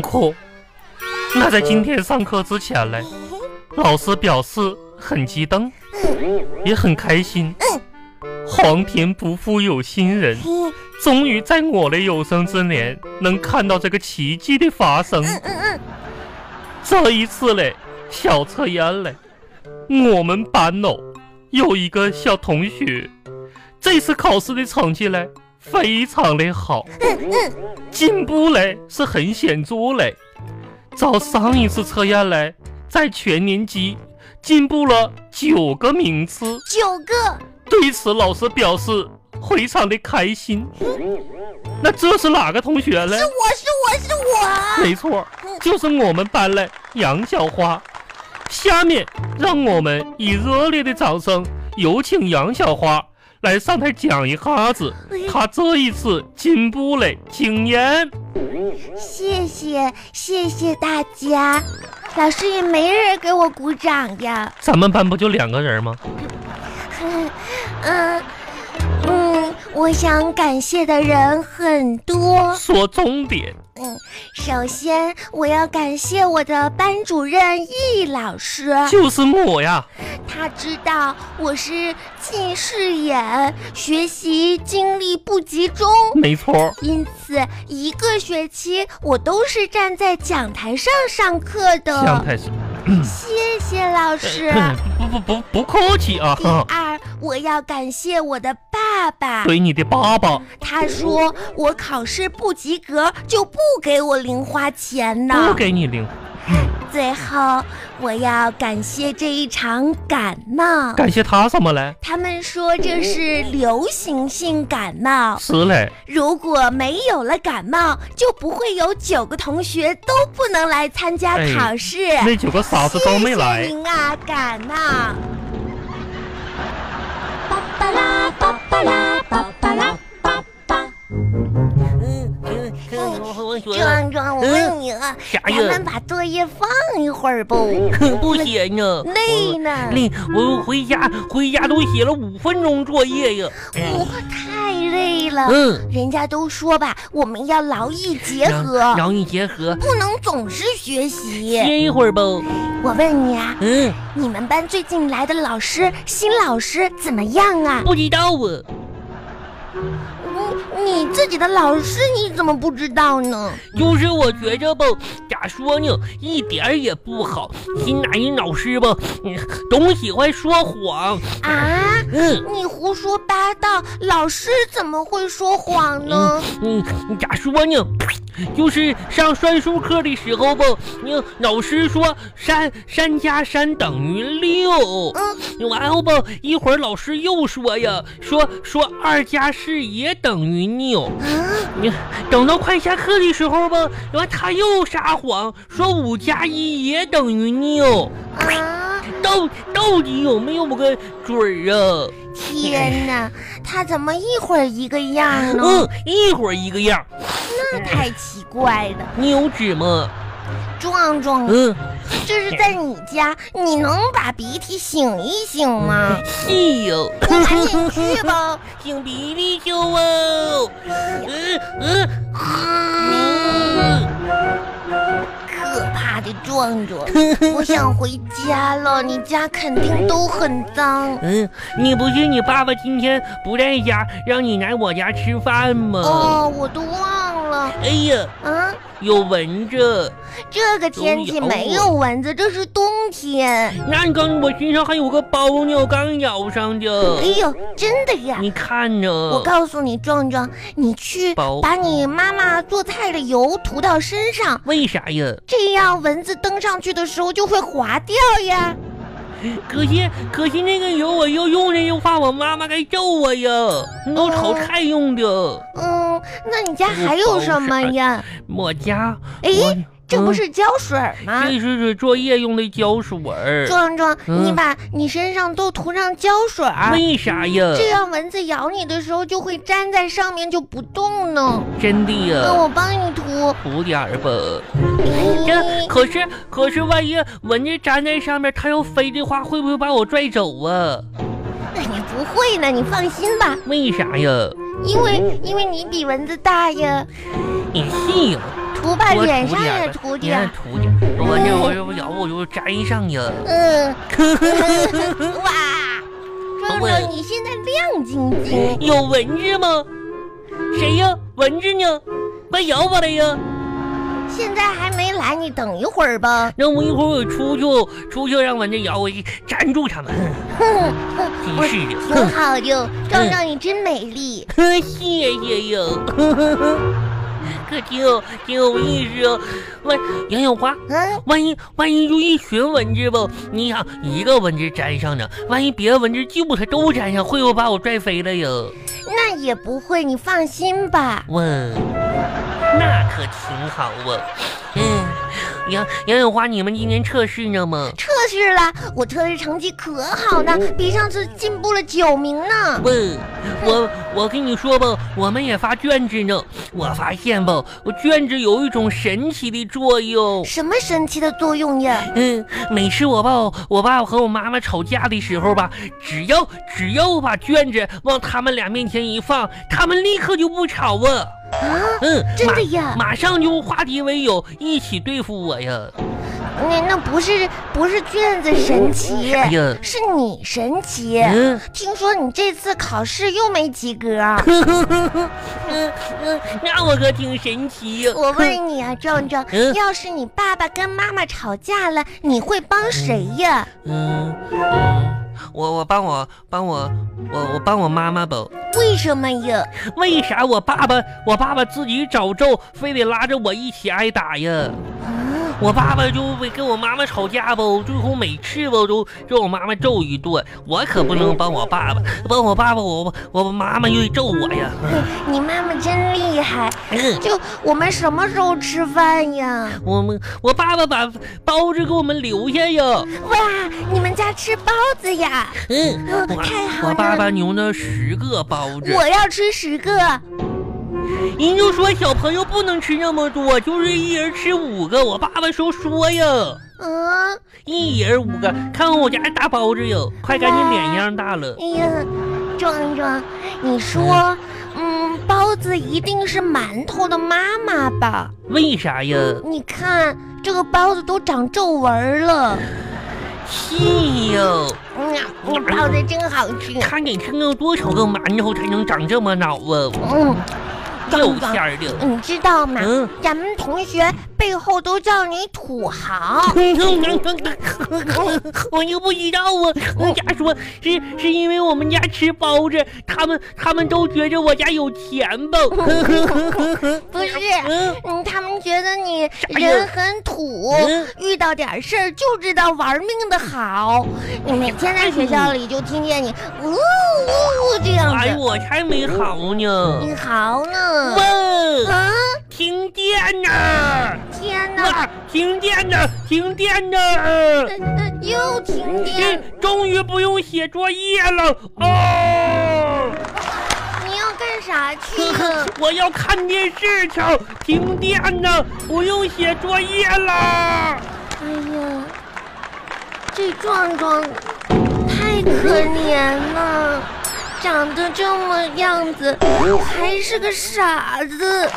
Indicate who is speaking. Speaker 1: 苦。那在今天上课之前嘞，老师表示很激动，也很开心。皇天不负有心人，终于在我的有生之年能看到这个奇迹的发生。这一次嘞，小测验嘞，我们班哦有一个小同学，这次考试的成绩嘞非常的好，
Speaker 2: 嗯
Speaker 1: 进步嘞是很显著嘞。照上一次测验来，在全年级进步了九个名次。
Speaker 2: 九个，
Speaker 1: 对此，老师表示非常的开心。那这是哪个同学嘞
Speaker 2: 是？哎我是我是我，
Speaker 1: 没错，就是我们班嘞杨小花。下面让我们以热烈的掌声，有请杨小花来上台讲一下子她这一次进步嘞经验。
Speaker 2: 谢谢谢谢大家，老师也没人给我鼓掌呀。
Speaker 1: 咱们班不就两个人吗？
Speaker 2: 嗯嗯，我想感谢的人很 多。
Speaker 1: 说重点。
Speaker 2: 嗯，首先我要感谢我的班主任易老师，
Speaker 1: 就是我呀，
Speaker 2: 他知道我是近视眼，学习精力不集中。
Speaker 1: 没错儿，
Speaker 2: 因此，一个学期我都是站在讲台上上课
Speaker 1: 向
Speaker 2: 的。
Speaker 1: 太师，
Speaker 2: 谢谢老师。
Speaker 1: 不不不不客气 啊
Speaker 2: 第，二，我要感谢我的爸爸，
Speaker 1: 对你的爸爸
Speaker 2: 他说我考试不及格就不给我零花钱
Speaker 1: 不
Speaker 2: 呢。
Speaker 1: 给你零，
Speaker 2: 最后，我要感谢这一场感冒，
Speaker 1: 感谢他什么嘞？
Speaker 2: 他们说这是流行性感冒。
Speaker 1: 是嘞，
Speaker 2: 如果没有了感冒，就不会有九个同学都不能来参加
Speaker 1: 哎
Speaker 2: 考试。
Speaker 1: 那九个傻子都没来
Speaker 2: 啊谢谢。您啊，感冒。巴巴拉巴巴拉巴巴拉巴巴。
Speaker 3: 嗯嗯嗯，我我学了，
Speaker 2: 壮壮，我问你啊，
Speaker 1: 嗯
Speaker 3: 啥
Speaker 2: 咱们
Speaker 3: 呀？
Speaker 2: 把作业放一会儿不？
Speaker 3: 不写呢，
Speaker 2: 累呢，
Speaker 3: 累，我回家回家都写了五分钟作业呀。
Speaker 1: 嗯
Speaker 2: 我太累了。
Speaker 3: 嗯，
Speaker 2: 人家都说吧，我们要劳逸结
Speaker 3: 然
Speaker 2: 合，
Speaker 3: 劳逸结合，
Speaker 2: 不能总是学习。
Speaker 3: 歇一会儿吧。
Speaker 2: 我问你啊，
Speaker 3: 嗯，
Speaker 2: 你们班最近来的老师，新老师怎么样啊？
Speaker 3: 不知道啊，
Speaker 2: 嗯你你自己的老师你怎么不知道呢？
Speaker 3: 就是我觉着吧，咋说呢，一点儿也不好。新来的老师吧，嗯总喜欢说谎。
Speaker 2: 啊，
Speaker 3: 嗯
Speaker 2: 你胡说八道，老师怎么会说谎呢？
Speaker 3: 嗯，咋说呢？就是上算术课的时候吧，那老师说三三加三等于六。
Speaker 2: 嗯，
Speaker 3: 完后吧，一会儿老师又说呀，说说二加四也等于六。
Speaker 2: 啊，
Speaker 3: 你等到快下课的时候吧，然后他又撒谎，说五加一也等于六。
Speaker 2: 啊！
Speaker 3: 到到底有没有个准儿啊？
Speaker 2: 天哪，他怎么一会儿一个样呢？
Speaker 3: 哎嗯，一会儿一个样。
Speaker 2: 那太奇怪了。
Speaker 3: 你有纸吗？
Speaker 2: 壮壮，
Speaker 3: 嗯，
Speaker 2: 这是在你家，你能把鼻涕擤一擤吗？
Speaker 3: 是有。
Speaker 2: 赶紧去 吧。
Speaker 3: 擤鼻涕去哦。嗯嗯
Speaker 2: 啊
Speaker 3: 嗯，
Speaker 2: 可怕的壮壮， 我想回家了。你家肯定都很脏。
Speaker 3: 嗯，你不是你爸爸今天不在家，让你来我家吃饭吗？
Speaker 2: 哦，我都忘了。
Speaker 3: 哎呀，
Speaker 2: 啊，
Speaker 3: 有蚊子。
Speaker 2: 这个天气没有蚊子，这是冬天。
Speaker 3: 那你刚我身上还有个包呢，我刚咬上的
Speaker 2: 哎。呦，真的呀！
Speaker 3: 你看呢？
Speaker 2: 我告诉你，壮壮，你去
Speaker 3: 包
Speaker 2: 把你妈妈做菜的油涂到身上，
Speaker 3: 为啥呀？
Speaker 2: 这样蚊子登上去的时候就会滑掉呀。
Speaker 3: 可惜可惜那个油我又用着又怕我妈妈该揍我呀。那都炒菜用的。
Speaker 2: 嗯，那你家还有什么呀？
Speaker 3: 我家
Speaker 2: 哎
Speaker 3: 哦我
Speaker 2: 这不
Speaker 3: 嗯
Speaker 2: 是胶水吗？
Speaker 3: 这是是作业用的胶水儿。
Speaker 2: 壮壮，
Speaker 3: 嗯
Speaker 2: 你把你身上都涂上胶水儿，
Speaker 3: 为啥呀？
Speaker 2: 啊这样蚊子咬你的时候就会粘在上面就不动呢。
Speaker 3: 真的
Speaker 2: 那
Speaker 3: 呀，
Speaker 2: 我帮你涂。
Speaker 3: 涂点儿吧。这
Speaker 2: 咦
Speaker 3: 可是可是，万一蚊子粘在上面，它要飞的话，会不会把我拽走啊？
Speaker 2: 哎你不会呢，你放心吧，
Speaker 3: 为啥呀？
Speaker 2: 因为因为你比蚊子大呀。
Speaker 3: 你信呀？
Speaker 2: 涂吧，
Speaker 3: 多
Speaker 2: 脸
Speaker 3: 涂
Speaker 2: 上
Speaker 3: 点
Speaker 2: 也
Speaker 3: 呗
Speaker 2: 涂
Speaker 3: 脸
Speaker 2: 点
Speaker 3: 上
Speaker 2: 儿。
Speaker 3: 涂点儿，我这我这不咬我就粘上呀。
Speaker 2: 嗯，哇，壮
Speaker 3: 我
Speaker 2: 壮，你现在亮晶晶。
Speaker 3: 有蚊子吗？谁呀？蚊子呢？快咬我了呀！
Speaker 2: 现在还没来，你等一会儿吧。
Speaker 3: 那我一会儿我出去，出去让蚊子咬我，粘住它们。
Speaker 2: 哼，
Speaker 3: 真是的，
Speaker 2: 挺好的，壮壮，你真美丽。
Speaker 3: 哼， 谢谢呀。可挺有挺有意思哦。万杨小花，
Speaker 2: 嗯，
Speaker 3: 万一万一就一群蚊子吧？你想一个蚊子粘上呢，万一别的蚊子就它都粘上，会不会把我拽飞了呀？
Speaker 2: 那也不会，你放心吧。
Speaker 3: 哇，那可挺好啊。嗯，杨杨小花，你们今天测试呢吗？
Speaker 2: 测试了，我测试成绩可好呢，
Speaker 3: 哦
Speaker 2: 比上次进步了九名呢。
Speaker 3: 不，我我跟你说吧，我们也发卷子呢。我发现吧，我卷子有一种神奇的作用。
Speaker 2: 什么神奇的作用呀？
Speaker 3: 嗯，每次我爸我爸和我妈妈吵架的时候吧，只要只要我把卷子往他们俩面前一放，他们立刻就不吵啊。
Speaker 2: 啊，
Speaker 3: 嗯，
Speaker 2: 真的
Speaker 3: 马
Speaker 2: 呀
Speaker 3: 马上就化敌为友，一起对付我呀。
Speaker 2: 那那不是不是卷子神奇，
Speaker 3: 哎呀，
Speaker 2: 是你神奇。
Speaker 3: 嗯。
Speaker 2: 听说你这次考试又没及格，
Speaker 3: 嗯嗯，那我可挺神奇呀、
Speaker 2: 我问你啊，壮壮，
Speaker 3: 嗯
Speaker 2: 要是你爸爸跟妈妈吵架了，你会帮谁呀？
Speaker 3: 嗯嗯，我我帮我帮我我我帮我妈妈吧。
Speaker 2: 为什么呀？
Speaker 3: 为啥我爸爸我爸爸自己找揍，非得拉着我一起挨打呀？
Speaker 2: 啊，
Speaker 3: 我爸爸就为跟我妈妈吵架吧，最后每次吧都让我妈妈揍一顿，我可不能帮我爸爸，帮我爸爸我我妈妈又得揍我呀。
Speaker 2: 你妈妈真厉害，
Speaker 3: 嗯
Speaker 2: 就我们什么时候吃饭呀？
Speaker 3: 我们我爸爸把包子给我们留下呀。
Speaker 2: 哇，你们家吃包子 呀？
Speaker 3: 嗯，
Speaker 2: 嗯，
Speaker 3: 我
Speaker 2: 太好了！
Speaker 3: 我爸爸留了十个包子。
Speaker 2: 我要吃十个。
Speaker 3: 人就说小朋友不能吃那么多，就是一人吃五个。我爸爸说说呀，
Speaker 2: 嗯，
Speaker 3: 一人五个。看看我家大包子哟，快赶紧脸一样大了。
Speaker 2: 哎呀，壮壮，你说，嗯，包子一定是馒头的妈妈吧？
Speaker 3: 为啥呀？
Speaker 2: 你看这个包子都长皱纹了。
Speaker 3: 屁哟！
Speaker 2: 嗯，你包子真好吃。
Speaker 3: 看得吃了多少个馒头才能长这么老啊？
Speaker 2: 嗯，
Speaker 3: 肉馅儿的。
Speaker 2: 你知道吗？
Speaker 3: 嗯，
Speaker 2: 咱们同学背后都叫你土豪。
Speaker 3: 我就不知道啊。我家说是是因为我们家吃包子，他们他们都觉着我家有钱吧？
Speaker 2: 不是，
Speaker 3: 嗯
Speaker 2: 嗯，他们觉得你
Speaker 3: 呀
Speaker 2: 人很土，
Speaker 3: 嗯
Speaker 2: 遇到点事儿就知道玩命的好。你每天在学校里就听见你呜呜呜这样
Speaker 3: 哎，
Speaker 2: 子，
Speaker 3: 我才没好呢。
Speaker 2: 你豪呢？
Speaker 3: 哇，
Speaker 2: 啊！
Speaker 3: 停电呐！
Speaker 2: 天哪！
Speaker 3: 哇，停电呐！停电呐！
Speaker 2: 呃呃又停
Speaker 3: 这
Speaker 2: 电，
Speaker 3: 终于不用写作业了哦！
Speaker 2: 你要干啥去呀？
Speaker 3: 我要看电视去。停电呐，不用写作业了。
Speaker 2: 哎呀，这壮壮太可怜了，长得这么样子，还是个傻子。